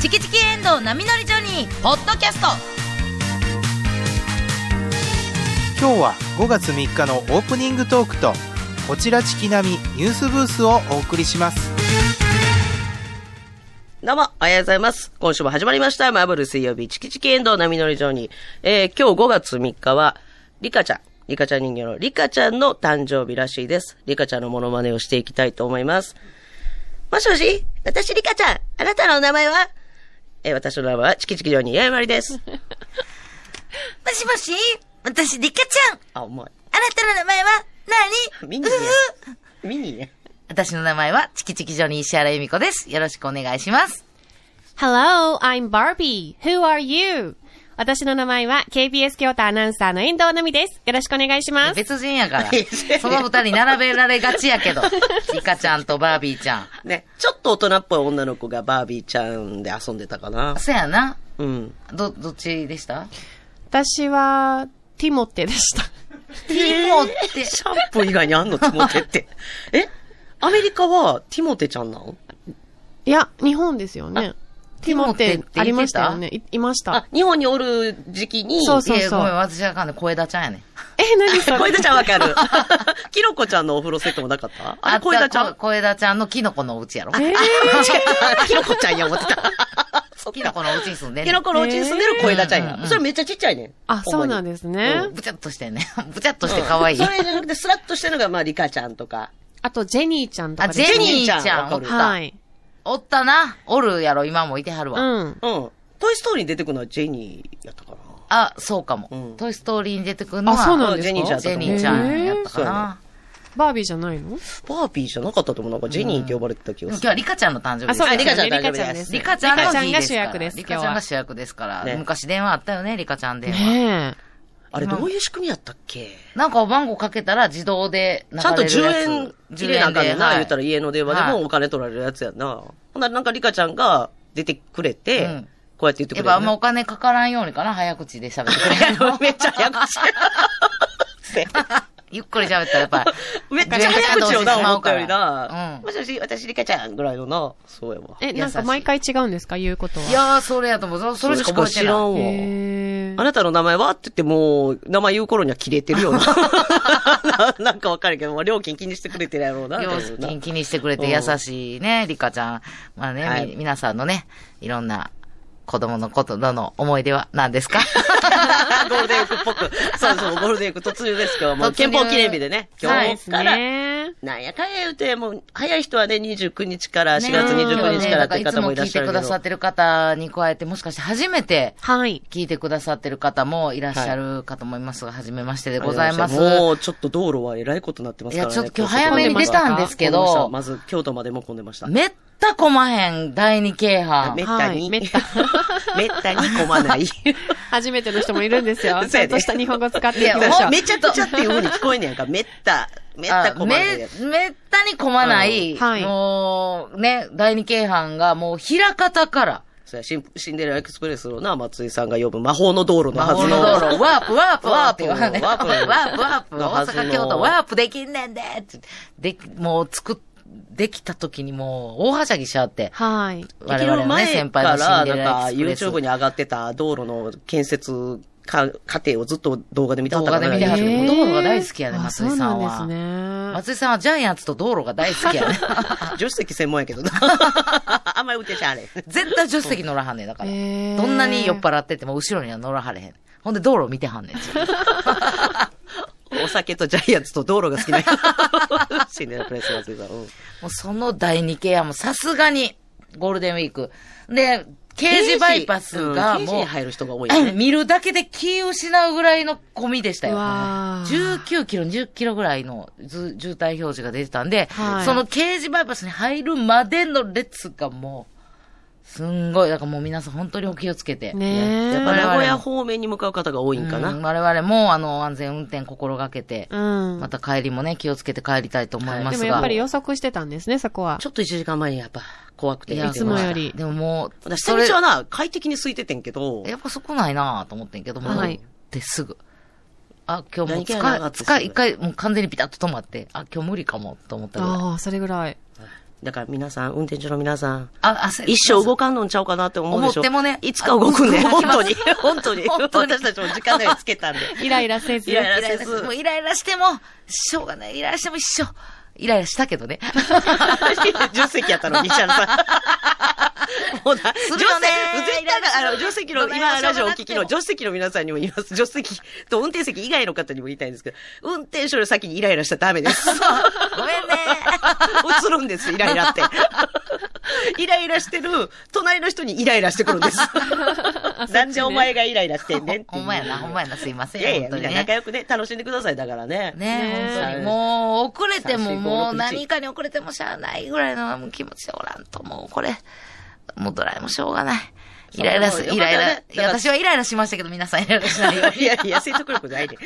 チキチキエンドウ波乗りジョニー」ポッドキャスト今日は5月3日のオープニングトークとこちらチキナミニュースブースをお送りしますどうも、おはようございます。今週も始まりました。マーブル水曜日、チキチキエンドウ波乗りジョニー。えー、今日5月3日は、リカちゃん。リカちゃん人形のリカちゃんの誕生日らしいです。リカちゃんのモノマネをしていきたいと思います。もしもし私リカちゃん。あなたのお名前はえー、私の名前はチキチキジョニーやまりです。もしもし私リカちゃんあ、お前。あなたの名前は何ミニや。ミニや。私の名前はチキチキジョニー石原由美子ですよろしくお願いします Hello, I'm Barbie. Who are you? 私の名前は KBS 京都アナウンサーの遠藤奈美です。よろしくお願いします。別人やからその二人並べられがちやけどリカちゃんとバービーちゃんね、ちょっと大人っぽい女の子がバービーちゃんで遊んでたかな。そやなうん。どどっちでした私は、ティモテでした。ティモテシャンプー以外にあんのティモテ って。えアメリカはティモテちゃんなのいや、日本ですよね。ティモテってありましたよね。いいましあた。、日本におる時期に。そうそういやごめん私はあかんね小枝ちゃんやねえ、何 そ れ小枝ちゃんわかる。キノコちゃんのお風呂セットもなかったあれ小枝ちゃあったんこ小枝ちゃんのキノコのお家やろ えーキノコちゃんや思ってた。そっキノか。コのお家に住んでんキねノコのうちに住んでる小枝ちゃんうんうんうや。んそれめっちゃちっちゃいねん。あ、そうなんでですね。ぶちゃっとしてんね。 ぶちゃっとして可愛い。それじゃなくて、スラッとしてるのが、まあ、リカちゃんとか。あと、ジェニーちゃんとかあ、ですジェニーちジェニーちゃゃんん、わおかっるたは。い。おったな。おるやろ、今もいてはるうわ。ん。うん。トイストーリーに出てくるのはジェニーやったかな。あ、そうかうんも。トイストーリーに出てくるのは、あそうなんでジかすェニーちゃんジェニーちゃんやったかな。バービーじゃないのバービーじゃなかったと思う。なんかジェニーって呼ばれてた気でがも今す日る。はリカちゃんの誕生日あ、ですそうかでら。すリカねちゃんリカちゃんです。リカちゃんリのカちゃん日でがす主から役です。リ今日カちゃんはが。主役ですから。ね昔電話あったよね、リカちゃん電話。ねえ。あれどういう仕組みやったっけなんかお番号かけたら自動で流れるやつ、ちゃんと10円入れなあかんねんな、はい言ったら家の電話ではもいお金取られるやつやんな。ほんならなんかリカちゃんが出てくれて、うんこうやって言ってくやっれる、ね。ぱあんまお金かからんようにかな、早口で喋ってくれるの めっちゃ早口。、ゆっくり喋ったらやっぱ めっちゃ早口よな、思ったよりな。うんも。しもし、私リカちゃんぐらいのな。そうやわ。え、なんか毎回違うんですか言うことは。いやー、それやと思う。そそれしか覚えて知らない。んわ。へーあなたの名前はって言ってもう、名前言う頃には切れてるよ な。ななんかわかるけど、まあ料金気にしてくれてるやろうな。料多分金な気にしてくれて優しいね、リカちゃん。まあね、みはい皆さんのね、いろんな子供のことのの思い出は何 ですか ゴールデンウィークっぽく。そうそう、ゴールデンウィーク突入ですけど、もう 突入憲法記念日でね、そう今で日からねなんやかんや言うて、もう、早い人はね、29日から、4月ね29日からっだていつ方ももいらっ聞いしてゃるくけださどっ。てる方に加えて、もしかして初めてはい。聞いてくださってる方もいらっしゃるかと思いますが、初めましてでございます。もう、ちょっと道路はえらいことになってますからね。いやちょっと今日早めに出たんですけど混んでましたまず、京都までも混んでました。めったこまへん、第二京めっ阪。たはに。いめめっったた に混 まない。初めての人もいるんですそう よや。でちゃんとした日本語使っていいやきましほょう。んめちゃくちゃっていう風に聞こえんねやんか。めった、めったあ混まないめ。、めったに混まない、うんはいもう、ね、第二京阪がもう、平方から、そうやシンシンデレラエクスプレスのな、松井さんが呼ぶ魔法の道路の魔は法ずのの。道路、ワ ープ、ワープ、ワープ、ワープワープ、ワープ、ワープ、のは大ずの阪、京都、ワープできんねんでってで、もう作っ、できた時にもう、大はしゃぎしちゃって。はい。我々のね、先輩のシンデレラエクスプレス。 YouTube に上がってた道路の建設か過程をずっと動画で見ては動った画かで見らてはる。へー道路が大好きやね、あ松井さんは。そうなんですね。松井さんはジャイアンツと道路が大好き やね。助手席専門やけど な。あんまり運転しゃあれん。絶対助手席乗らはんねん、だから。へーどんなに酔っ払ってても後ろには乗らはれへん。ほんで道路見てはんねん。お酒とジャイアンツと道路が好きな シンデレラプレス松井さん。うんもうその第二系はもうさすがに、ゴールデンウィーク。で、刑事バイパスがうん刑事もにう、入る人が多いよ ね。見るだけで気を失うぐらいの込みでしたよ。うわー19キロ、20キロぐらいのず渋滞表示が出てたんで、はいその刑事バイパスに入るまでの列がもう、すんごい、だからもう皆さん本当にお気をつけて。ねえ。やっぱ名古屋方面に向かう方が多いんかうんな。我々も、あの、安全運転心がけて、うん。また帰りもね、気をつけて帰りたいと思いまですもが。やっぱり予測してたんですね、そこはち。ょっと1時間前にやっぱ怖くて。いやいつもよりでももう、私、下道はな、快適に空いててんけど、やっぱそこないなぁと思ってんけども、はいで、すぐ。あ、今日もう何気なか使い、使ったい、一回もう完全にピタッと止まって、あ、今日無理かもと思ったぐらい。ああ、それぐらい。だから皆さん、運転中の皆さん、あ、焦る一生動かんのんちゃうかなって思うでし思っょ。てもねいつか動くね。あ本当動にきま。す本当に。本当に私たちも時間内につけたんで。イライラせ ず。イライライライラも うイライラしても、しょうがない。イライラしても一緒。イライラしたけどね。 10席やったの、西原さん。もうな、助す手るよね席、あの、助手席の、どないは今ラジオおしょうがなくても聞きの助手席の皆さんにも言います。助手席と運転席以外の方にも言いたいんですけど、運転手より先にイライラしちゃダメです。 ごめんね。映るんです、イライラって。イライラしてる、隣の人にイライラしてくるんです。なんでお前がイライラしてんねんってほいうんまやな、ほんまやな、すいません。いやいや、本みん当なに仲ね。良くね、楽しんでください、だからね。ねね本当に。もう、遅れてさんも、しもごろくういち何かに遅れてもしゃあないぐらいのもう気持ちでおらんと、もうこれ、もうドラえもんしょうがない。イライラす、そうイライラよかったねいや。私はイライラしましたけど、皆さんイライラしないように。いやいや、説得力ないで。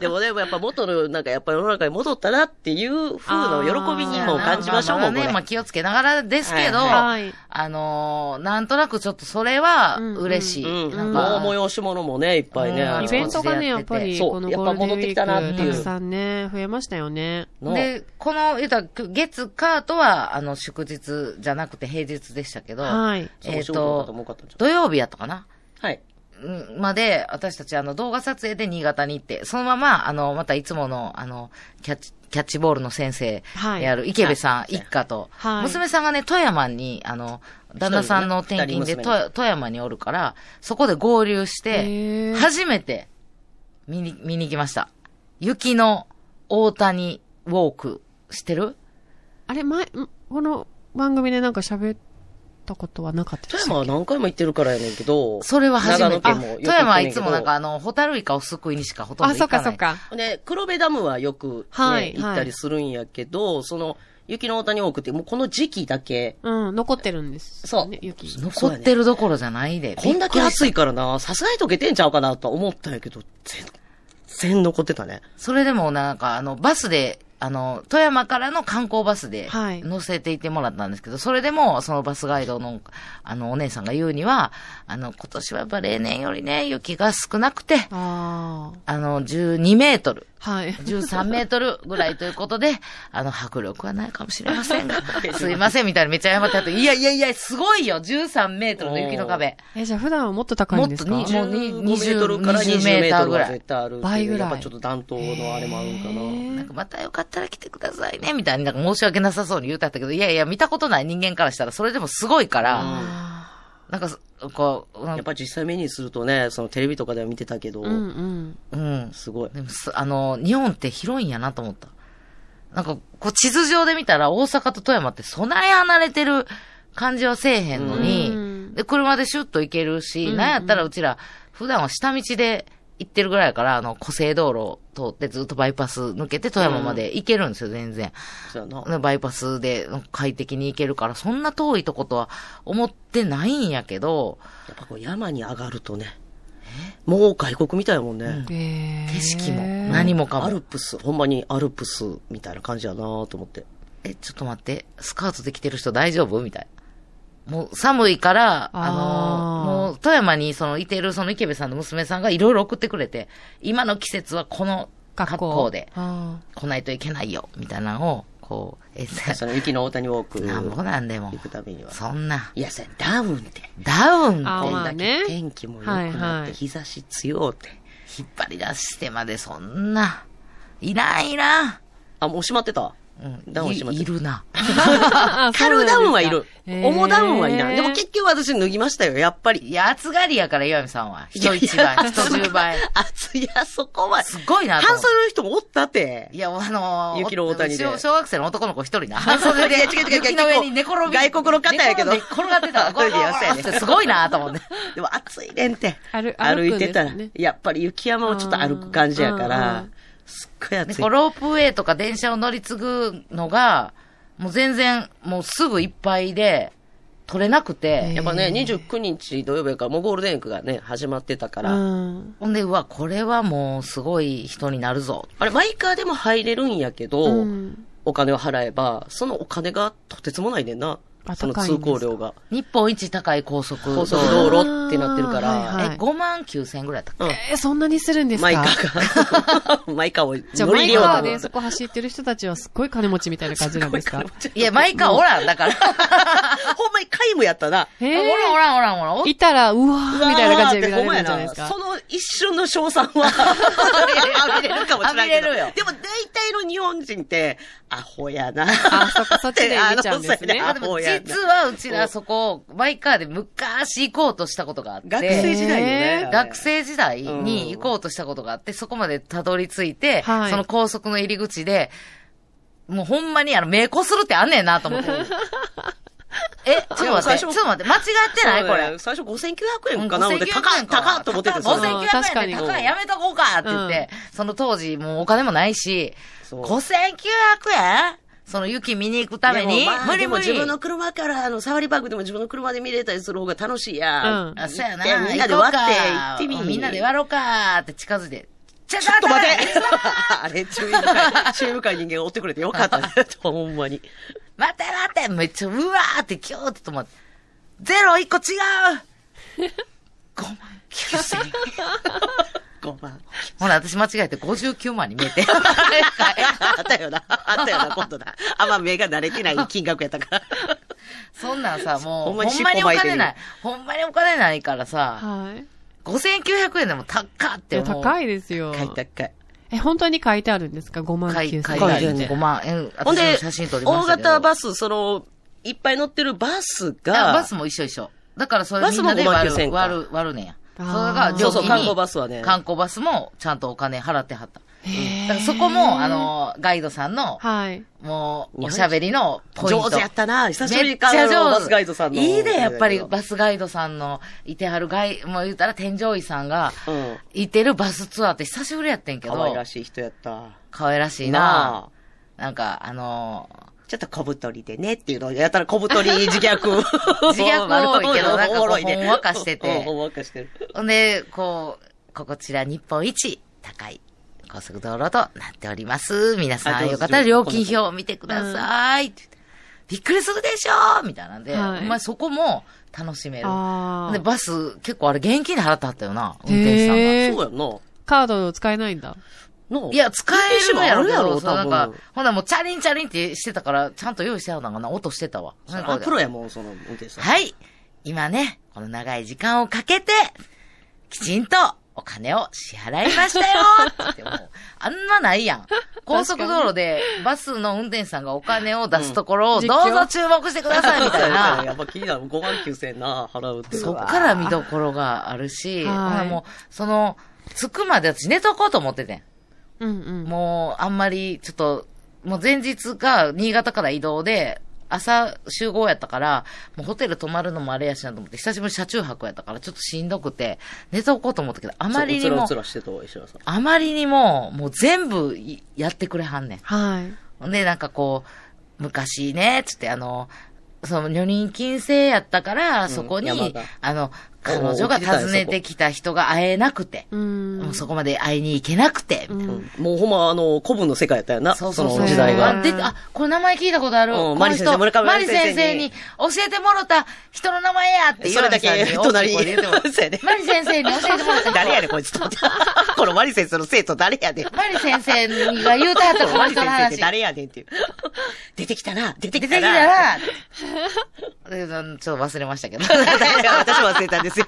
でもね、やっぱ元の、なんかやっぱ世の中に戻ったなっていう風の喜びにも感じましょうもんね。まあね。気をつけながらですけど、はいはいはいあのーなんとなくちょっとそれは嬉しい。うん。なんかもう催し物もね、いっぱいね。うんイベントがね、やっぱり、そうこのやっゴぱールデ戻ンウってィきたなーっク、ていうたくさんね、増えましたよね。ので、この、言うたら、月、カートは、あの、祝日じゃなくて平日でしたけど、はいそうえおっ、仕事の方も多とかったんじゃ、土曜日やったかなはい。うんまで、私たち、あの、動画撮影で新潟に行って、そのまま、あの、またいつもの、あの、キャッチ、キャッチボールの先生はいである池部さんはい一家と、はい娘さんがね、富山に、あの、旦那さんの転勤で一人ね二人娘と富山におるから、そこで合流しへてー、初めて見に、見に行きました。雪の大谷ウォーク、知ってるあれ、前、んこの番組でなんか喋ったことはなかったで富す山は何回も行ってるからやねんけど。それは初めて。長あ野県もよく行ってんねん富けど山はいつもなんかあの、ホタルイカを救いにしかほとんあ、ど行そっかかない。そっか。で、黒部ダムはよく、ねはい行ったりするんやけど、その、雪の大谷多くて、もうこの時期だけ、うん、残ってるんです、ね。そう雪。残ってるどころじゃないで。こんだびけっくりした暑いからな、さすがに溶けてんちゃうかなとは思ったんやけど、全然残ってたね。それでもなんか、あの、バスで、あの、富山からの観光バスで、はい乗せていってもらったんですけど、それでも、そのバスガイドの、あの、お姉さんが言うには、あの、今年はやっぱ例年よりね、雪が少なくて、ああの、12メートル、あ。はい。 13メートルぐらいということで、 あの、迫力はないかもしれませんが、すいません、みたいなめっちゃ謝ってあと、いやいやいや、すごいよ、13メートルの雪の壁。 え、じゃあ普段はもっと高いんですかもっと20もう20 20メートルから20メートルは絶対あるけど。倍ぐらいやっぱちょっと暖冬のあれもあるんかな。なんかまたよかったら来てくださいね、みたいになんか申し訳なさそうに言うたったけど、いやいや、見たことない人間からしたらそれでもすごいから、あなんか、こう、やっぱ実際目にするとね、そのテレビとかでは見てたけど、ーうんうん。うん。すごい。でもす、あの、日本って広いんやなと思った。なんか、こう、地図上で見たら大阪と富山ってそない離れてる感じはせえへんのうにん、で、車でシュッと行けるし、うんなんやったらうちら、普段は下道で行ってるぐらいやから、あの、湖西道路通ってずっとバイパス抜けて富山まで行けるんですよ、全然。そうやな。ねバイパスで快適に行けるから、そんな遠いとことは思ってないんやけど、やっぱこう山に上がるとね、もう外国みたいやもんね。えー景色も何もかアルも。プス、ほんまにアルプスみたいな感じやなと思って。え、ちょっと待って、スカートで着てる人大丈夫みたいな。もう寒いから、ああーの、もう富山にそのいてるその池部さんの娘さんがいろいろ送ってくれて、今の季節はこの格好であ来ないといけないよ、みたいなのを、こう、え、 その雪の大谷ウォークなんぼ行なんでも、くためには。そんな、いや、それダウンって。ダウンあここんまなんあだねけ天気も良くなって、はいはい日差し強うって。引っ張り出してまでそんな、いらんいらん。あ、もう閉まってた。うん、ダウンしまいすいるな。あ。カルダウンはいる。重重ダウンはいない。でも結局私脱ぎましたよ、やっぱり。いや、暑がりやから、岩見さんは。人一倍、人十倍。 暑いや、そこは。すごいなと思半う。袖の人もおったって。いや、あのー、雪の大谷で小小学生の男の子一人な。半袖で、 いや違う違う違う雪の上に寝転び。外国の方やけど寝転んで転がってた わ。ゴロゴロゴロいやそうやねってすごいなと思 って。でも暑いねんって。歩歩いてた歩らくんですね、やっぱり雪山をちょっと歩く感じやかうらん、すっごいで暑いこう。ロープウェイとか電車を乗り継ぐのが、もう全然、もうすぐいっぱいで、取れなくて、えやっぱね、29日土曜日やから、もうゴールデンウィークがね、始まってたかうら。ん。ほんで、うわ、これはもうすごい人になるぞ。あれ、マイカーでも入れるんやけうど、んお金を払えば、そのお金がとてつもないねんな。あその高いん通ですか行料が。日本一高い高速高道速路。道路ってなってるかあーはいら、はいえ、5万9千ぐらいだったっえー、そんなにするんですマイカかーが、マ イカーをじゃあ、乗りマ入イれようとカ思ーでっそて。こ走ってる人たちはすっごい金持ちみたいな感じなんですかけ。いや、毎回おらん、だ から。 ほんまに皆無やったな。へおえらんおらんおらんおらん。おいた ら、うわうーわーみたいな感じで見らってほれんまるやんじゃないですかそ。の一瞬の賞賛 は、浴びれるかもしれないけ浴ど。びれるよでも大体の日本人って、アホやな。あそっかそっちで見ちゃうんです ねあでのそもうやねアホやな実はうちらそこ、マイカーで昔行こうとしたことがあって。学生時代よえね。ー学生時代に行こうとしたことがあって、そこまでたどり着いて、はいその高速の入り口で、もうほんまにあの、名こするってあんねんなと 思って。え、ちょっといや待っ最て、ち初ょっと待って、間違ってないこれ。最初5900円かなうん思って、高い、高いと思って高て、いその5900確か円にで高い、やめとこうかって言って、その当時もうお金もないし、5900円その雪見に行くために、無理無理。自分の車から、あの、サファリパークでも自分の車で見れたりする方が楽しいや。うんあ、そうやな。行ってみんなで割って行こうか行ってみみんなで割ろうかーって近づいて。ちょちょっと待て あれ、注意深い、注意深い人間が追ってくれてよかったね。ほんまに。待て待てめっちゃ、うわーってキューって止まって。ゼロ一個違 う !5 万9千円。ごま。ほら、私間違えて59万に見え て。あったよな。あったよな、今度な。あんま目が慣れてない金額やったから。そんなんさ、もう、ほほんまにんまにお尻尾巻いて金るない。ほんまにお金ないからさ、はい。 5900円でも高っっいてや思う。高い。いですよ。買いたっかい。え、本当に書いてあるんですか ?5 万買い、 9買千い書たいているね5万円。ほんで私、写真撮りま大したけど。型バス、その、いっぱい乗ってるバスあが、バスも一緒一緒。だからそれバみスんもなで割59000る、か割る、割るねんや。そあれーが上そ下うそうに観光バスはね観光バスもちゃんとお金払ってはった。へーだからそこも、あ、の、ガイドさんの、はい。もう、おしゃべりのポイント。上手やったな。久しぶめりっにちゃあの上バ手。スガイドさんの。いいね、やっぱりバスガイドさんの、いてはるガイ、もう言ったら添乗員さんが、うん。いてるバスツアーって久しぶりやってんけど、可愛らしい人やった。可愛らしいな。なんか、あのーちょっと小太りでねっていうのをやったら 小太り自虐。自虐多いけどなんかこうおもろいねほんわかしててうんほんわかしてる。ほんで、こう、ここちら日本一高い高速道路となっております。皆さん、あどうぞよかったら料金表を見てください。びっくりするでしょみたいなんで、はいお前そこも楽しめる。あで、ーバス、結構あれ現金で払ってはったよな、運転手さんが。へーそうやんな。カードを使えないんだ。のいや、使えるやろうけど、運転手もあそるやろうなん多か分、ほんならもうチャリンチャリンってしてたから、ちゃんと用意してはったんかな、音してたわ。なんかあプロやもん、その運転手さん。はい。今ね、この長い時間をかけて、きちんとお金を支払いま したよって言っても、あんまないやん。高速道路でバスの運転手さんがお金を出すところを、うんどうぞ注目してくださいみたいな。やっぱ気になる。5万9千円な、払うっ て。そっから見どころがあるし、はいほなもう、その、着くまで私寝とこうと思っててん。うんうん。もう、あんまり、ちょっと、もう前日が新潟から移動で、朝集合やったから、もうホテル泊まるのもあれやしなと思って、久しぶりに車中泊やったから、ちょっとしんどくて、寝とこうと思ったけど、ああまりにもうつ、らうつらしてたわ、石原さん。あまりにも、もう全部いやってくれはんねん。はい。ほんで、なんかこう、昔ね、つってあの、その女人禁制やったから、そこに、山があの、彼おう女が聞いてたよ訪ねてきた人が会えなくて、うーもん。うそこまで会いに行けなくて、みたいなうんもうほんま、あの、古文の世界やったよな。そそうそうそう。の時代が。あで、あ、これ名前聞いたことある。うこの人んマリ先生村上ママリリ先先生生にに教えてもろた人の名前やってそれだけ岩見さんに隣大きい声で言ってもそうや ねマリ先生に教えてもらった人。 誰やねん、こいつ と。このマリ先生の生徒誰やねん。マリ先生が言うたはったの、マ割リと先の生って話。誰やねんっていう。出てきたな、出て出きてたきたな。ら、でうんちょっと忘れましたけ ど。私も忘れたんですよ。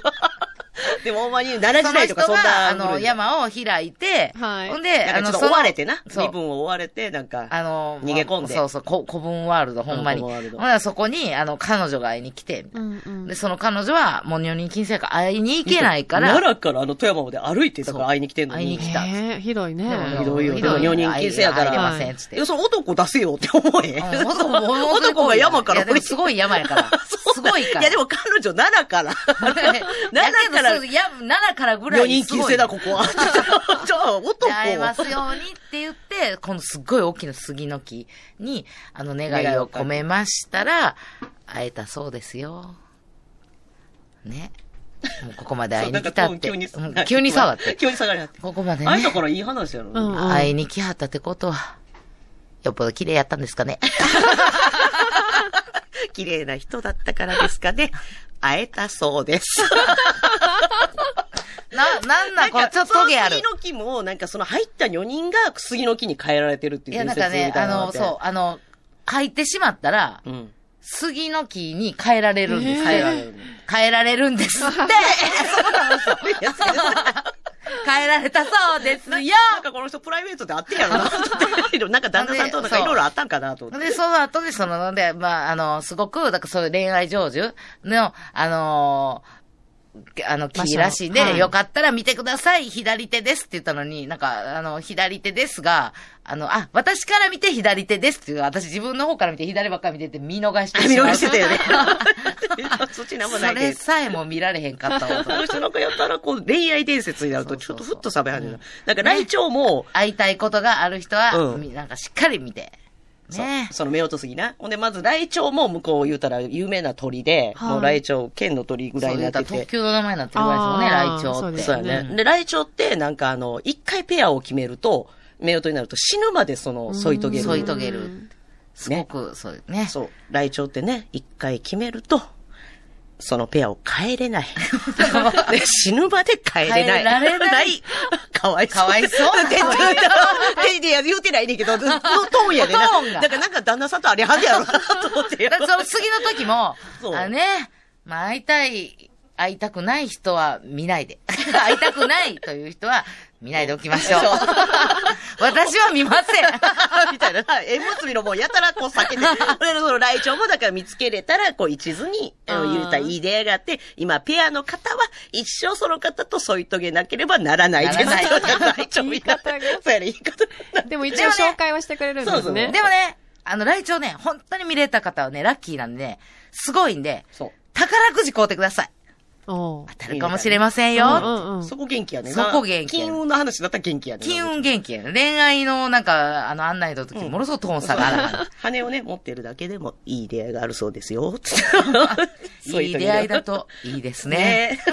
でもほんまに、奈良そ時の代人とかそんが、な。あの、。山を開いて、はいほんで、なあんの、かちょっと追われてな。そ身う分を追われて、なんか。あの、逃げ込んでそうそう、こ古文ワールド、ほんまに。うんほん古文ワールドならそこに、あの、彼女が会いに来て、みたいなうんうんで、。その彼女は、もう女人禁制から会いに行けないから、奈良からあの富山まで歩いてだから会いに来てんの会いにに来。たえー、ひどいね。でもひどいよ。ひひどいよどいよ。人禁制やから。入れませんっつっていやその男出せよって思え。うん男も男が山からいやでもすごい山やから そうすだごいから いやでも彼女奈良から。だけど奈良からそういや、7からぐらい。 4人禁制だ、ここ は。じゃあ、男。会えますようにって言って、このすっごい大きな杉の木に、あの願いを込めましたら、会えたそうですよ。ね。もうここまでそ会ういなにんか来たって。急に うん急に下がって。急に下がりはって。ここまでね。ああいうところいい話やろ。うんうん。会いに来はったってことは、よっぽど綺麗やったんですかね。綺麗な人だったからですかね。会えたそうです。 な、なんなんこれちょっとトゲあるそ。の杉の木も、なんかその入った4人が杉の木に変えられてるっていいうや、な伝んか説みたいね、なあの、のがあってそう、あの、入ってしまったら、うん。杉の木に変えられるんですって。変えられ る。変えられるんです って。いやそれさ変えられたそうです よ。なんかこの人プライベートで会ってんやろ なと思って。なんか旦那さんとなんかいろいろあったんかなと思って。で、その後で、その、なんで、まあ、あの、すごく、だからそういう恋愛成就の、あのーあの、場所木らしいんで、はいよかったら見てください、左手ですって言ったのに、なんか、あの、左手ですが、あの、あ、私から見て左手ですっていう、私自分の方から見て左ばっかり見てて見逃してあし 見まう。逃してた よね。そっちなんもなそいれです。さえも見られへんかったわこ。の人なんかやったら、こう、恋愛伝説になると、ちょっとふっと冷め始める。なんか、ライチョウも、会いたいことがある人は、うんみなんかしっかり見て。そうねその目落とすぎな。ほんで、まず、ライチョウも向こう言うたら有名な鳥で、はいもうライチョウ、県の鳥ぐらそいうに言なっったてら特て。急の名前になってるぐらいですもんね、あーライチョウって。そそううですよやねね。で、ライチョウって、なんかあの、一回ペアを決めると、目落とになると死ぬまでその、添い遂げる。添い遂げる。すごく、そうですね。そう。ライチョウってね、一回決めると、そのペアを変え れない。で死ぬまで変えれない。変えられないかわいそかう。わいそうって 言うてないねん けど、ずっとトーンやでな。トーンがだからなんか旦那さんとあれはずやろうなと思って。、だからその次の時もそうあのね、まあ会いたい、会いたくない人は見ないで。 会いたくないという人は見ないでおきましょうそう。 私は見ません。 みたいな。縁結びのもうやたらこう避けて、俺のその来鳥もだから見つけれたら、こう一途に、あー言うたらいい出会いがあって、今ペアの方は一生その方と添い遂げなければならないです。ならないだから来鳥みんな言い方がそうやね、言い方がでも一応紹介はしてくれるんでそすうね。ねでもね、あの、ライチョウね、本当に見れた方はね、ラッキーなんでね、すごいんで、そう。宝くじ買うてください。おう当たるかもしれませんよ。うんうんうんそこ元気やねんなそこ元気やね金運の話だったら元気やねんな金運元気やね。恋愛の、なんか、あの、案内の時、ものすごくトーン差があらはる。羽をね、持ってるだけでもいい出会いがあるそうですよ。そういいう時出会いだ。と、いいですね。ね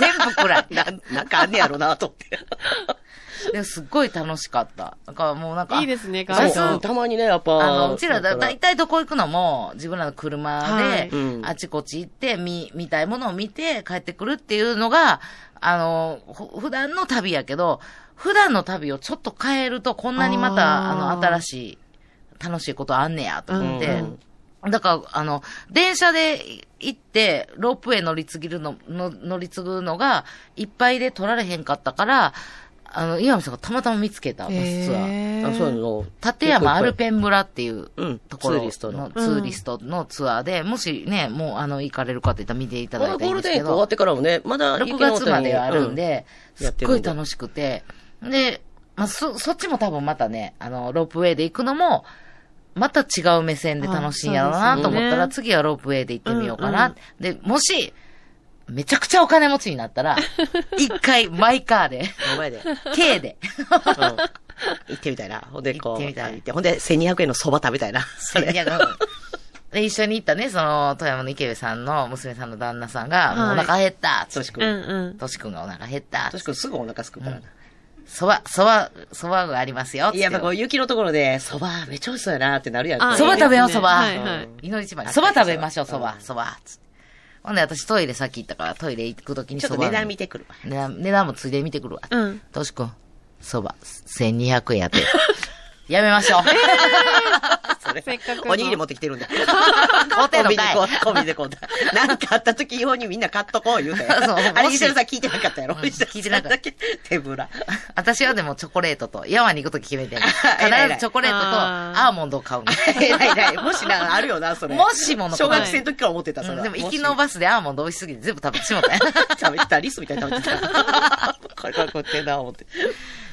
全部くらい。な、なんかあんねやろなと思って。でもすっごい楽しかった。なんかもうなんか。いいですね、あガそうイさそんう、。たまにね、やっぱ。あの、うちらだ、かだいたいどこ行くのも、自分らの車で、はいうんあちこち行って、見、見たいものを見て帰ってくるっていうのが、あの、ふ普段の旅やけど、普段の旅をちょっと変えると、こんなにまた、あーあの、新しい、楽しいことあんねや、と思って。うんだから、あの、電車で行って、ロープウェイ乗り継ぎるの、の乗り継ぐのが、いっぱいで取られへんかったから、あの、岩見さんがたまたま見つけた、バスツアー。へーあそうやの。立山アルペン村っていううんところツーリストのツーリストのツアーで、もしね、もうあの、行かれる方いたら見ていただいたらいいんですけまだゴールデンウィーク終わど、ってからもね、まだ6月まではあるんで、うんすっごい楽しくて、で、まあ、そ、そっちも多分またね、あの、ロープウェイで行くのも、また違う目線で楽しいんやろうあなそうとです思ねったら、次はロープウェイで行ってみようかな。で、もし、めちゃくちゃお金持ちになった ら、一回マイカーで、うん。お前で。 うん K で、行ってみたいな。ほんで、こう。行ってみたいほんで、1200円の蕎麦食べたいな。それいや、うんで、一緒に行ったね、その、富山の池部さんの娘さんの旦那さんが、もうお腹減った、ととししくうんん。うん。としくんがお腹減ったと、しくんすぐお腹すくからな。そば、そば、そばがありますよ、つっいて。や、やっぱこう、雪のところで、蕎麦めっちゃ美味しそうやなってなるやん。あそば食べよう、そば。はいはい井の一番に。そば食べましょう、そば、そば、つって。ほんで、私トイレさっき行ったから、トイレ行くときにちょそっとば。値段見てくるわ。値段、値段もついで見てくるわ。うんとしくん、そば、1200円やって。 やめま しょう。それせっかくのおにぎり持ってきてるんだ。買うてんのコンビニかいでこう、コンビニでこう。なんかあった時用にみんな買っとこう言う たそうやん。あれ、もし石田さん聞いてなかったやろうん聞いてなかった石田さんだけ手ぶら。私はでもチョコレートと、ヤワに行くとき決めてる。必 偉い偉いずチョコレートとあーアーモンドを買うの。えらいえらい。もしな、あるよな、それ。もしものこと小学生の時から思ってた、それうんは。でも、行きのバスでアーモンド美味しすぎて全部食べてし まったよ。食べてた、リスみたいに食べてた。これからこうやってんな、思って。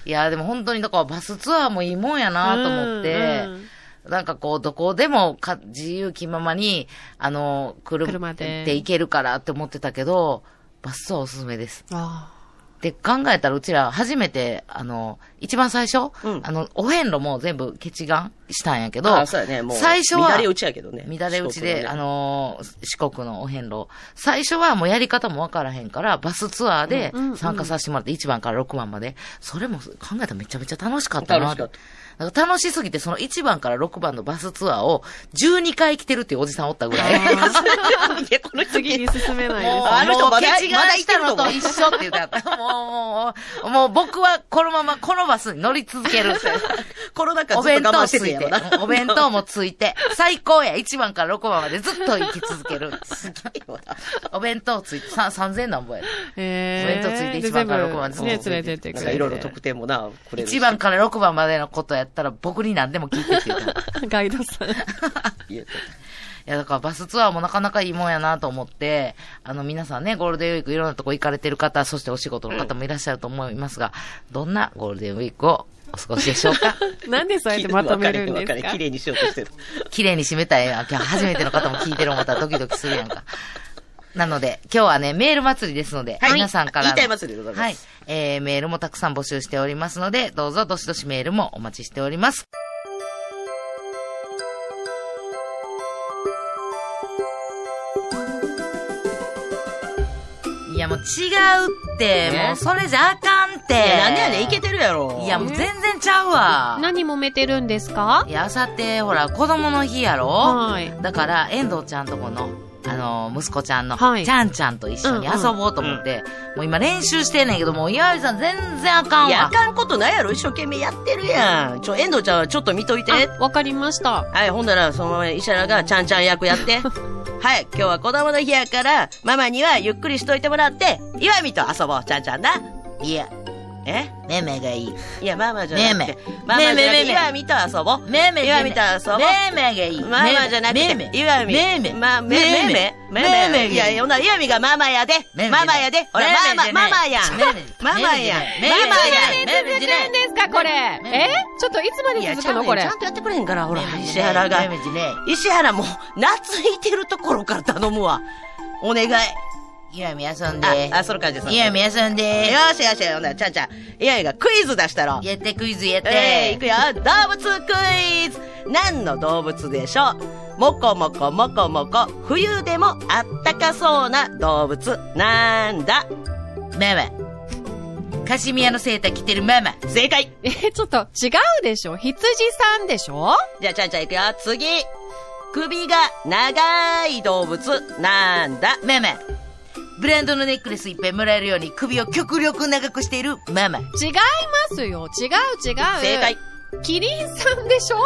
いや、でも本当に、だからバスツアーもいいもんやなと思って、うんなんかこう、どこでもか自由気ままに、あの、車車でで行けるからって思ってたけど、バスツアーおすすめです。あって考えたら、うちら初めて、あの、一番最初、うんあの、お遍路も全部決断したんやけど、あそうやねもう最初は、乱れ打ちやけどね乱れ打ち四国で、のねあのー四国のお遍路。最初はもうやり方もわからへんから、バスツアーでうんうん参加させてもらって、1番から6番まで。それも考えたらめちゃめちゃ楽しかったな楽しかったなんか楽しすぎて、その1番から6番のバスツアーを12回来てるっていうおじさんおったぐ らい。いや、この人次に進めないもう、であの人まだもうケチがまだし生きてたるとの思うと一緒って言った ら。もう、もう、もう僕はこのままこのバスに乗り続 ける。コロナ禍おずっ弁と我慢当しつていてんてやろな。、お弁当もついて、最高や。1番から6番までずっと行き続け る。すげえわ。 お弁当ついて、さ3000なんぼやで。えお弁当ついて一番から六番で全部ね連れてってなくれんかていろいろ特典もな、くれるし1番から6番までのことやったら僕に何でも聞いてって言った。い ガイドさん。言えてや、だからバスツアーもなかなかいいもんやなと思って、あの皆さんね、ゴールデンウィークいろんなとこ行かれてる方、そしてお仕事の方もいらっしゃると思いますが、どんなゴールデンウィークをお過ごしでしょうか なん でそうやってまとめるんわかでするか綺麗にしようとしてる。綺麗に締めたいやん。今日初めての方も聞いてる思ったらドキドキするやんか。なので、今日はね、メール祭りですので、はい皆さんからの。言いたい祭りでございますはい。えー、メールもたくさん募集しておりますので、どうぞどしどしメールもお待ちしております。いや、もう違うって、ねもうそれじゃあかんって。いや、なんでやねん、いけてるやろ。いや、もう全然ちゃうわ。何揉めてるんですかいや、あさって、ほら、子供の日やろはいだから、遠藤ちゃんとこの、あの、息子ちゃんの、はいちゃんちゃんと一緒にうんうん遊ぼうと思って、もう今練習してんねんけど、もう岩井さん全然あかんわ。いや、あかんことないやろ。一生懸命やってるやん。ちょ、遠藤ちゃんはちょっと見といて。あわかりました。はい、ほんなら、そのまま医者らがちゃんちゃん役 やって。はい、今日は子供の日やから、ママにはゆっくりしといてもらって、岩見と遊ぼう、ちゃんちゃんな。いや、えめめがいい。いや、ママじゃなくねてえ。ママじゃなねえねえねえねくて、え岩見と遊ぼう。めめ岩見と遊ぼう。めめがいい。ママじゃなくめてめ、。岩見。めめ。ま、めめめめめめめいや、ほんなら岩見がママやで。めめママやで。ほら、めマめじマ、ゃなマいマやんめめ。ママめめやん。マじゃないマやん。めめめじゃないですか、これ。えちょっといつまいでや、ち続くゃの、んとこちれ。ゃんとやってくれへんから、ほら、めめ石じゃない原がめ。めじゃない石原も、懐いてるところから頼むわ。お願い。岩見遊んあで、。あ、その感じです。岩見遊んで、よしよし、ほんなら、ちゃんちゃん。いやいや、クイズ出したろ。やってクイズやって。えー、いくよ。動物クイズ何の動物でしょうもこもこもこもこ、冬でもあったかそうな動物、なんだママ。カシミヤのセーター着てるママ。正解え、ちょっと違うでしょ羊さんでしょじゃあ、ちゃんちゃんいくよ。次首が長い動物、なんだママ。ブランドのネックレスいっぱいもらえるように首を極力長くしているママ。違いますよ。違う違う。正解。キリンさんでしょ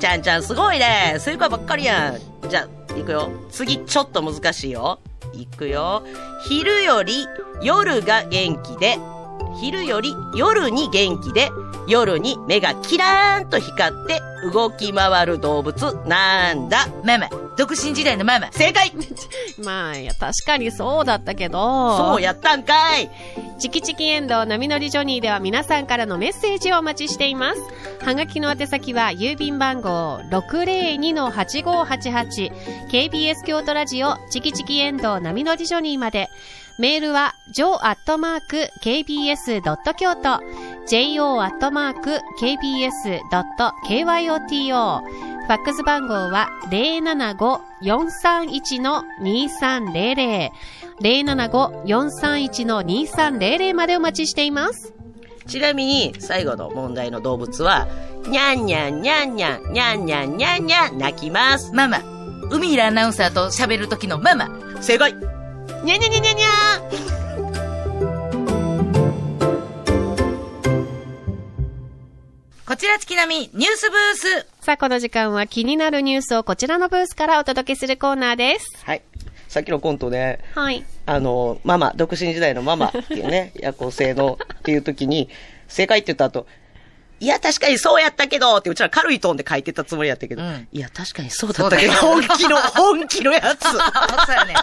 ちゃんちゃんすごいね正解ばっかりやんじゃあ、いくよ。次、ちょっと難しいよ。いくよ。昼より夜が元気で、昼より夜に元気で、夜に目がキラーンと光って動き回る動物なんだママ。独身時代のママ。正解まあ、いや、確かにそうだったけど。そうやったんかいチキチキエンドウ波乗りジョニーでは皆さんからのメッセージをお待ちしています。はがきの宛先は郵便番号 602-8588KBS 京都ラジオチキチキエンドウ波乗りジョニーまで。メールは jo.kbs.kyoto jo.kbs.kyoto ファックス番号は075-431-2300 075-431-2300までお待ちしています。ちなみに、最後の問題の動物は、にゃんにゃんにゃんにゃんにゃんにゃんにゃんにゃん泣きます。ママ。海平アナウンサーと喋る時のママ。正解にゃにゃにゃにゃにゃこちら月並みニュースブース。さあ、この時間は気になるニュースをこちらのブースからお届けするコーナーです。はい。さっきのコントね、はい。あの、ママ、独身時代のママってい うね、夜行性のっていう時に、正解って言った後、いや、確かにそうやったけどって、うちら軽いトーンで書いてたつもりやったけど、うんいや、確かにそうだったけど、そう本気の、本気のやつ。そうやね。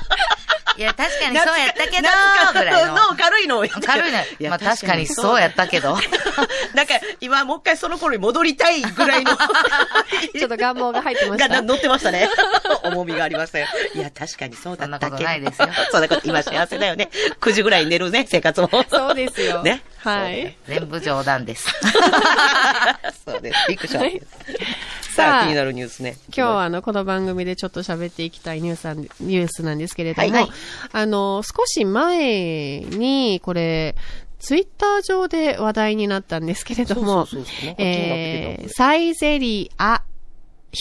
いや、確かにそうやったけど夏、かぐ らいの。の軽いのをやって軽いのよいやまあ確かにそうやったけど。 なんか、今もう一回その頃に戻りたい ぐらいの。ちょっと 願望が入ってましたがな乗ってましたね。重みがありましたよ。いや、確かにそうだったけそんなこど。とないですよ そんなこと、今幸せだよね。9時ぐらいに寝るね、生活も。そうですよ。ね。はい。全部冗談です。そうです。びっくりした。はいささあ、あ気になるニュースね。今日はあの、この番組でちょっと喋っていきたいニュースなんでニュースなんですけれども、はいはいあの、少し前に、これ、ツイッター上で話題になったんですけれどもそうそうそうそうなん、か気になってえきーサイゼリア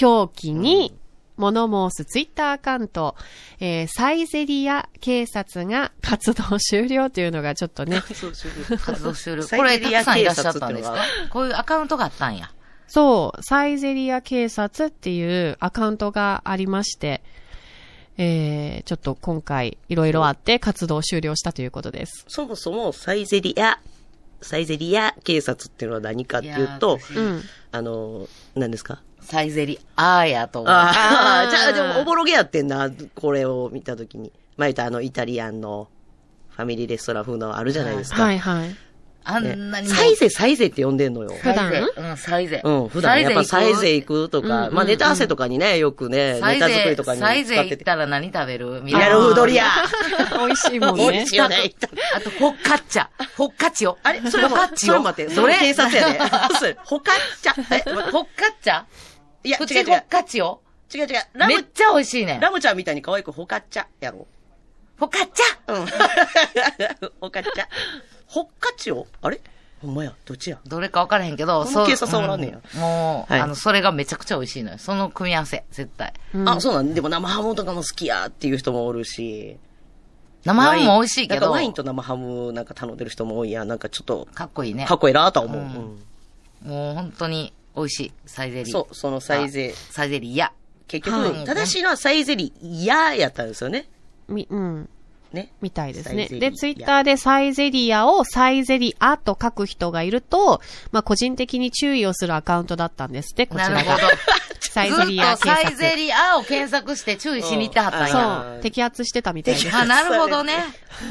表記に、物申すツイッターアカウント、えーサイゼリア警察が活動終了というのがちょっとね、そうそう活動終了。サこれ、イたゼリアくさんいらっしゃったん警察っていうでのすはかこういうアカウントがあったんや。そう、サイゼリア警察っていうアカウントがありまして、えー、ちょっと今回いろいろあって活動を終了したということです。そもそもサイゼリア、サイゼリア警察っていうのは何かっていうと、いやーうん。あの、何ですかサイゼリ、あーやと思う。ああーあ、 じゃあ、でもおぼろげやってんな、これを見たときに。まあ、言うたらあの、イタリアンのファミリーレストラン風のあるじゃないですか。はいはい。あねんなにもうサイゼ、サイゼって呼んでんのよ。サイゼ普うん、サイゼ。うん、普段やっぱサイゼ行く。くとうんうんか、うんまあ、ネタ合わせとかにね、よくね、ネサイタ作りゼと、かにサイゼ使っ行て。ってたら何食べるみたやいるな。フードリア美味しいもん美ね味し。いよね。あと、ホッカッチャ。ホッカチオ。あれそれホもッカ、チそオ。れ待って、それ警察や で。それ、ほかっちゃ。えホッカッチャいや、プ違チうホ違うッ。カチオ。違う違う。ラめっム、ちゃ美味しいねん。ラムちゃんみたいに可愛くほかっちゃやろ。ホッカッチャうん。ほか っちゃ。ほっかちをあれほんまや、どっちや。どれか分からへんけど、このそう警察さんおらんねやうもう、はいあの、それがめちゃくちゃ美味しいのよ。その組み合わせ、絶対。うんあ、そうなんでも生ハムとかも好きやっていう人もおるし。生ハムも美味しいけなんかど、ワインと生ハムなんか頼んでる人も多いやん。なんかちょっと、かっこいいねか。っこいいなとは思う。うんうんもう本当に美味しい。サイゼリそう、そのサイゼあ。サイゼリア。結は局、い正しいのはサイゼリヤやったんですよね。み、うん。ね。みたいですサね。イゼリアで、ツイッターでサイゼリアをサイゼリアと書く人がいると、まあ、個人的に注意をするアカウントだったんですって、こちならるがほ。 ど。サイゼリアず警っとサイ察。ゼリアを検索して注意しに行ってはったんリや。アそう、摘発してたみたいです。 あ、なるほどね。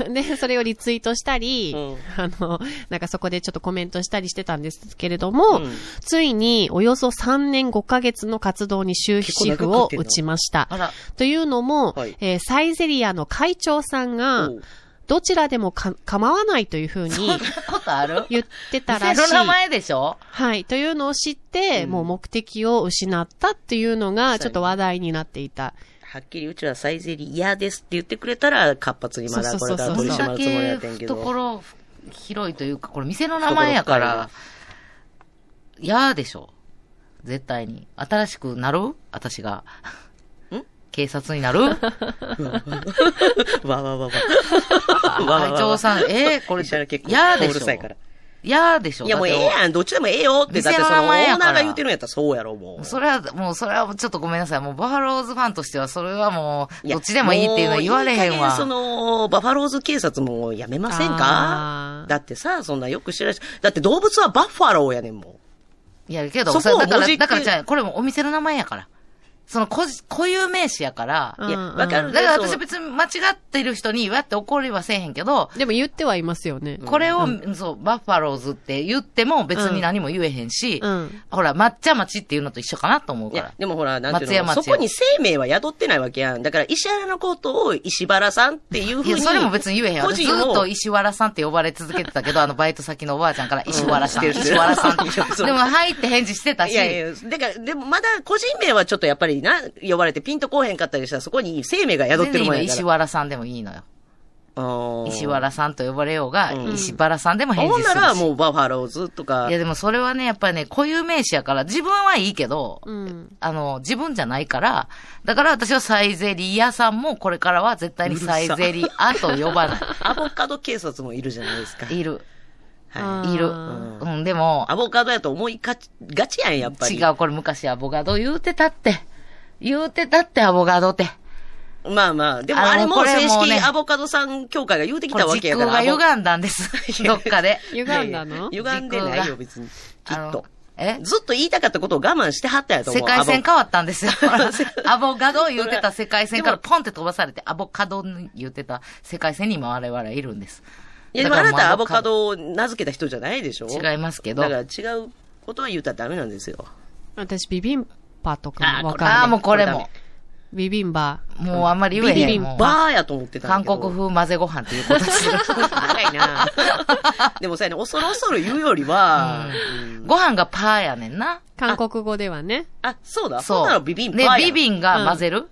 で、それをリツイートしたり、う あの、なんかそこでちょっとコメントしたりしてたんですけれども、うんついにおよそ3年5ヶ月の活動に終止符を打ちましたあ。ら、というのも、はいえーサイゼリアの会長さんがおう、どちらでもか構わないというふうにそんなことある言ってたらしい。店の名前でしょはい。というのを知って、うんもう目的を失ったっていうのが、ちょっと話題になっていた。はっきりうちはサイゼリヤですって言ってくれたら、活発にまだこれからそう取そりうそうだ締まそるつもりけやってんけど。懐広いというか、これ店の名前やから、嫌でしょ。絶対に。新しくなる私が。警察になるわわわわ。会長ん。さん、えー、これ石原、結構嫌でうしるさいからょ。嫌でしょ。いやもうええだってやん、どっちでもええよって、だっ店てそののオ名前ーやからナーが言ってるんやったらそうやろ、もう。それは、もう、それはちょっとごめんなさい。もう、バファローズファンとしては、それはもう、いやどっちでもいいっていうのは言われへんもういい加わ。減その、バファローズ警察もやめませんあかーだってさ、そんなよく知らない。だって動物はバッファローやねん、もいや、けど、そこをそれだかもじら、ってだからじゃあこれもお店の名前やから。その、こじ、固有名詞やから。うう。んいや、わかるだからそ私の別に間違ってる人に、わって怒りはせえへんけど、でも言ってはいますよね。これを、そう、バッファローズって言っても別に何も言えへんし、うんほら、抹茶町っていうのと一緒かなと思ういかやら、。でもほら、なんて松いうの、山そ千代こに生命は宿ってないわけやん。だから、石原のことを石原さんっていうふういに。や、それも別に言えへん。個私ず人っをと石原さんって呼ばれ続けてたけ ど、あの、バイト先のおばあちゃんから、石原さん、うん知ってる石知ってる原さんって。そうでも、はいって返事してたし、いやいや、だから、でもまだ個人名はちょっとやっぱりな、呼ばれてピンとこうへんかったりしたら、そこに生命が宿っ全て然るいいものんやよから。石原さんでもいいのよ。あー石原さんと呼ばれようが、うん石原さんでも返事すほんるし。ならもうバファローズとかいや、、でもそれはね、やっぱりね、固有名詞やから、自分はいいけど、うんあの、自分じゃないから、だから私はサイゼリアさんもこれからは絶対にサイゼリアと呼ばなアボカド警察もいるじゃないですか。い。いる、はいる。あうん、でも、アボカドやと思いがちがちやん、やっぱり。違う、これ昔アボカド言うてたって。言うてたって、アボカドって。う。まあまあ、でもあのあれもこれも正ね式にアボカドさん協会が言うてきこれたわけ時や空から。がアボ 歪んだんです。どっかで。歪んだの歪んでな時い空よ、が別に。きあっのと。、えずっと言いたかったことを我慢してはったんやと思世う。界線か。変わったんですよ せ。アボガド言うてた世界線からポンって飛ばされて、アボカド言うてた世界線に今我々いるんです。いや、でもあなたアボカだかドを名付けた人じゃないでしょらもうアボカド違いますけど。だから違うことは言ったらダメなんですよ。私、ビビンパとかもわかんない。ああ、もうこれも。ビビンバもうあんまり言えへん。ビビンもうバーやと思ってたんや韓けど国。風混ぜご飯っていうこと する。長いな。 でもさ、ね、恐る恐る言うよりは、うんご飯がパーやねんな。韓国語ではね。あ、そうだ。そ。そううなのビビンバーねや、ん。ビビンが混ぜる、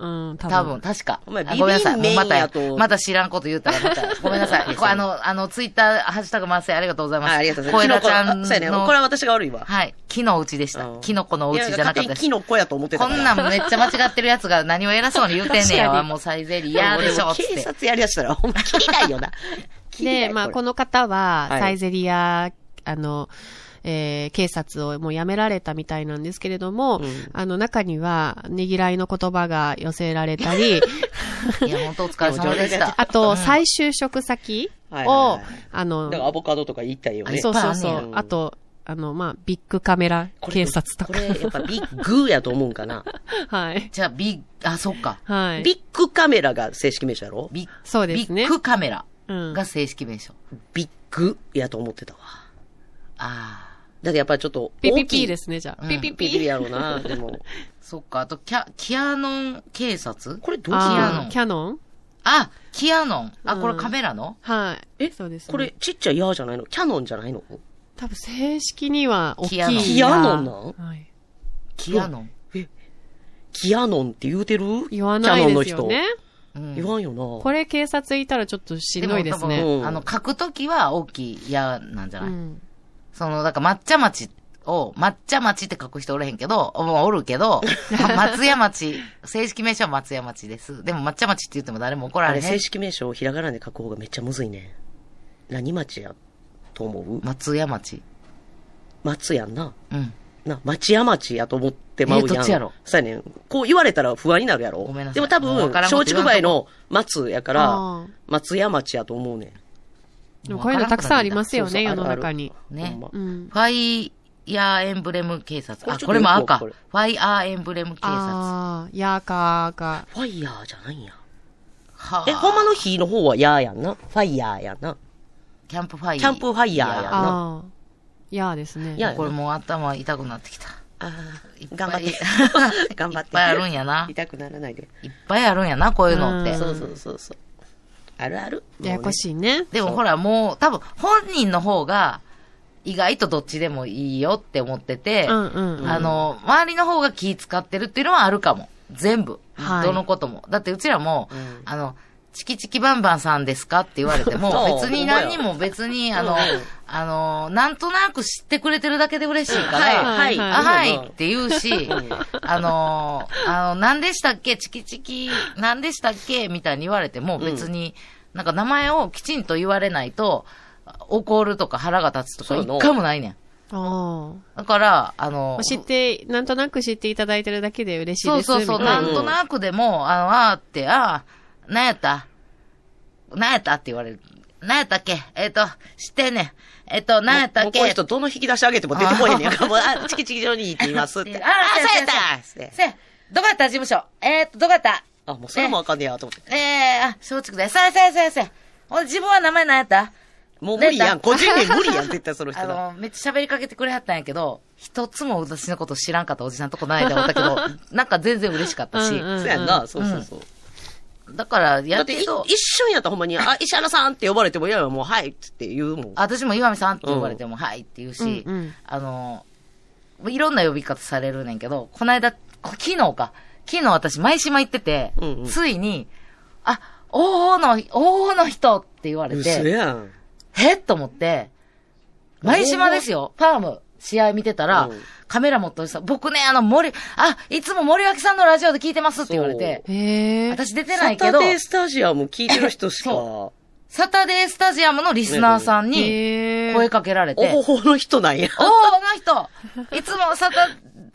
うん、多分。多分、確か。お前あごめんなさい。ビもビうンまたや麺やとまた知らんこと言ったらまた。ごめんなさ い。これあの、あの、ツイッター、ハッシュタグ回せ、ありがとうございます。あありがとうございます。小枝ちゃんキノコの。あそうやね。これは私が悪いわ。はい。木のうちでしうたん。キノコのうちじゃなかったいや勝手にです。キノコやと思ってたこから。んなんめっちゃ間違ってるやつが何を偉そうに言うてんね確やかわ。にもうサイゼリアでしょ、つ俺も警って。察やりだしたら、ほ んま、切りないよな。切りないで、まあ、これの方は、はいサイゼリア、あの、えー警察をもう辞められたみたいなんですけれども、うんあの、中には、ねぎらいの言葉が寄せられた り、いや、本当お疲れ様でした。あと、再就職先を、はいはいはいあのだか、らアボカドとか言いたいよね。そうそういそっぱいあんうね。やあと、あの、まあ、ビッグカメラこれ警察とこか。れ、やっぱビッグやと思うんかな。はい。じゃあ、ビッ、あ、そっか。はい。ビッグカメラが正式名称やろビッ、そうですねビッグカメラうんが正式名称。ビッグやと思ってたわ。ああ。だってやっぱりちょっとピ大きい。ピピですね、じゃあ。うんピピピピピ。やろうな、でも。そっか。あと、キャ、キアノン警察これどうするああーキャノンあ、キアノン。あ、うんこれカメラのはい。えそうです、ね。これ、ちっちゃい矢じゃないのキャノンじゃないの多分正式には大きいや。キアノンキアノンはい。キアノン。キアノンって言うてる言わないですよキャノンねの。うん人。言わんよな。これ警察いたらちょっとしんどいですでもね。多う分んあの、書くときは大きい矢なんじゃうない、ん。その、だから抹茶町を、抹茶町って書く人おれへんけど、もうおるけ ど、松屋町、正式名称は松屋町です。でも抹茶町って言っても誰も怒らあれれへん正。式名称をひらがなで書く方がめっちゃむずいね。何町やと思う松屋町。松やんな。うん。な、町屋町やと思ってまうえどやっん。ちやろそうやねん。こう言われたら不安になるやろ。ごめんなさいでも多もうわ分、からんこと松言わ竹んとこ梅の松やからあー、松屋町やと思うねん。でもこういうのたくさんありますよね、そ世うそうのあるあ中るに。ねほんまう。ん。ファイヤーエンブレム警察。あ、これちょっとこれも赤。よくフわかァるイヤーエンブレム警察。ああ、やーかーか。ファイヤーじゃないんや。はえ、ほんまのの日の方はやーやんな。ファイヤーやんな。キャンプファイヤー。キャンプファイヤーやんな。ああ。やーですね。やーこれもう頭痛くなってきた。あいっーぱい頑張 って。頑張って。いっぱいあるんやな。痛くならないで。いっぱいあるんやな、こういうのって。うんそうそうそうそう。あるある。ややこい。しいね。でもほらもう、多分本人の方が、意外とどっちでもいいよって思ってて、うんうんうんあの、周りの方が気使ってるっていうのはあるかも。全部。はいどのことも。だってうちらも、うんあの、チキチキバンバンさんですかって言われても、そう別に何にも別に、あの、あの、なんとなく知ってくれてるだけで嬉しいから、はいい、あは。はいいって言うしん、あのー、あの、何でしたっけチキチキ、何でしたっけみたいに言われても別に、なんか名前をきちんと言われないと、怒るとか腹が立つとかそうやな一回もないねん。ああ。だから、あのまーあ、知って、なんとなく知っていただいてるだけで嬉しいそうです。そうそう、みたないんとなくでも、あの、あーって、ああ、なんやったなんやったって言われる。なんやったっけえっ、と、知ってんねん。えっ、と、なんやったもっうこういうけ人、どの引き出し上げても出てこへんねや から、もう、あ、チキチキジョニーって言いますっ あて。あ、そうやっったつってせやどこやった事務所えっ、と、どこやったあ、もうそれもわかんねえやと思って。ええあ、松竹で。そうやそうやそうやそうや。俺、自分は名前何やったもう無理や出ん。た個人名無理やん、絶対その人あ だ。の、めっちゃ喋りかけてくれはったんやけど、一つも私のこと知らんかったおじさんとこないで思ったけど、なんか全然嬉しかったし。うんうんそうやんな、そうそうそう。だから、やだっ、ってていると、一瞬やったらほんまに、あ、石原さんって呼ばれても嫌やわもう、はい、つって言うもん。私も岩見さんって呼ばれても、はいって言うし、うんうんあの、いろんな呼び方されるねんけど、この間、こ昨日か。昨日私、舞島行ってて、うんうんついに、あ、王々の、王々の人って言われて、嘘やん。えっと思って、舞島ですよ、ファーム、試合見てたらうん、カメラ持ってる人、僕ね、あの、森、あ、いつも森脇さんのラジオで聞いてますって言われて、へえ。私出てなサいけタど、デースタジアム聞いてる人しか、そサタデースタジアムのリスナーさんにへえ。声かけられて、おほほの人なんや。 おー、あの人、いつもサタ、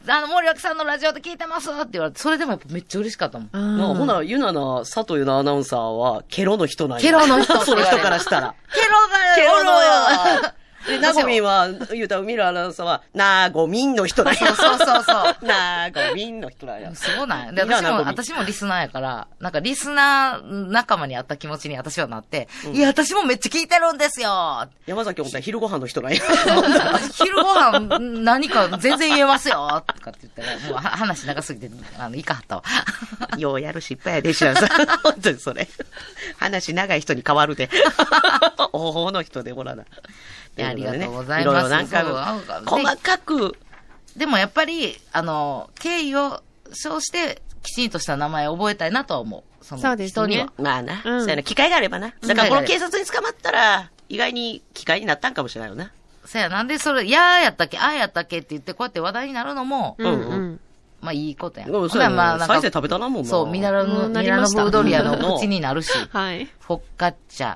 あの、森脇さんのラジオで聞いてますって言われて、それでもやっぱめっちゃ嬉しかったもん。うんまあ、ほな、ゆなな、佐藤ゆなアナウンサーは、ケロの人なんや。ケロの人って そ言わのれる人からしたら。ケロだよケロだよケロで、なごみんは、言うたら、ミルアナウンサーは、なごみんの人だよ。。そうそうそうそうなごみんの人だよ。そうなんやで、いいな私も、ナゴミ私もリスナーやから、なんかリスナー仲間にあった気持ちに私はなって、いや、私もめっちゃ聞いてるんですよ山崎おんた昼ご飯の人だよ。私昼ご飯何か全然言えますよとかって言ったら、もうは話長すぎて、あの、いかはったわ。 ようやる失敗やで、しらさん。本当にそれ。話長い人に変わる で。おほの人でおらな。いやとことでありがとうございますろいろ何回そうもなんかね細かく、でもやっぱり、あの、敬意を称して、きちんとした名前を覚えたいなとは思う。そそのうですね人には。まあな、うんそうやな、機会があればな。だ機から会こがあれのば警察に捕まったら、意外に機会になったんかもしれないよな。そや、なんでそれ、やーやったっけ、あーやったっけって言って、こうやって話題になるのも、うんうん。まあいいことやん。うんそうやねサイゼ食べたなもんなそう、ミラノもうの、なミりラまノしブたードリアの口になるし、はい。フォッカッチャ。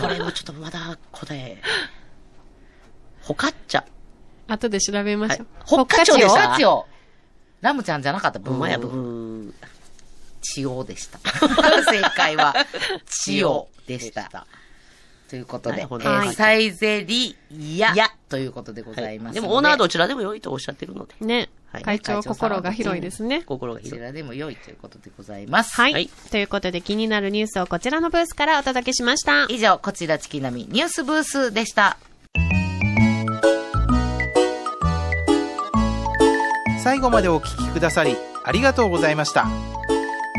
これもちょっとまだ答え。ホカッチャ。後で調べましょう。はい北海道でフしォたッカチオラムちゃんじゃなかった、ブうまやぶー。ー。チオでした。 正解は、チオでした。ということなで、えるほどーはいサイゼリヤいやということでございますの。でもオーナーどちらでも良いとおっしゃってるので。ねは。い会長心が広いですね。心がこ広ちい。らでも良いということでございます。はい、はいということで気になるニュースをこちらのブースからお届けしました。以上、こちらチキナミニュースブースでした。最後までお聞きくださりありがとうございました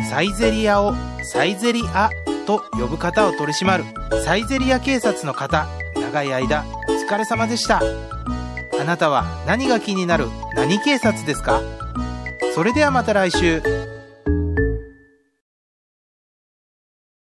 サイゼリアをサイゼリアと呼ぶ方を取り締まるサイゼリア警察の方長い間お疲れ様でしたあなたは何が気になる何警察ですかそれではまた来週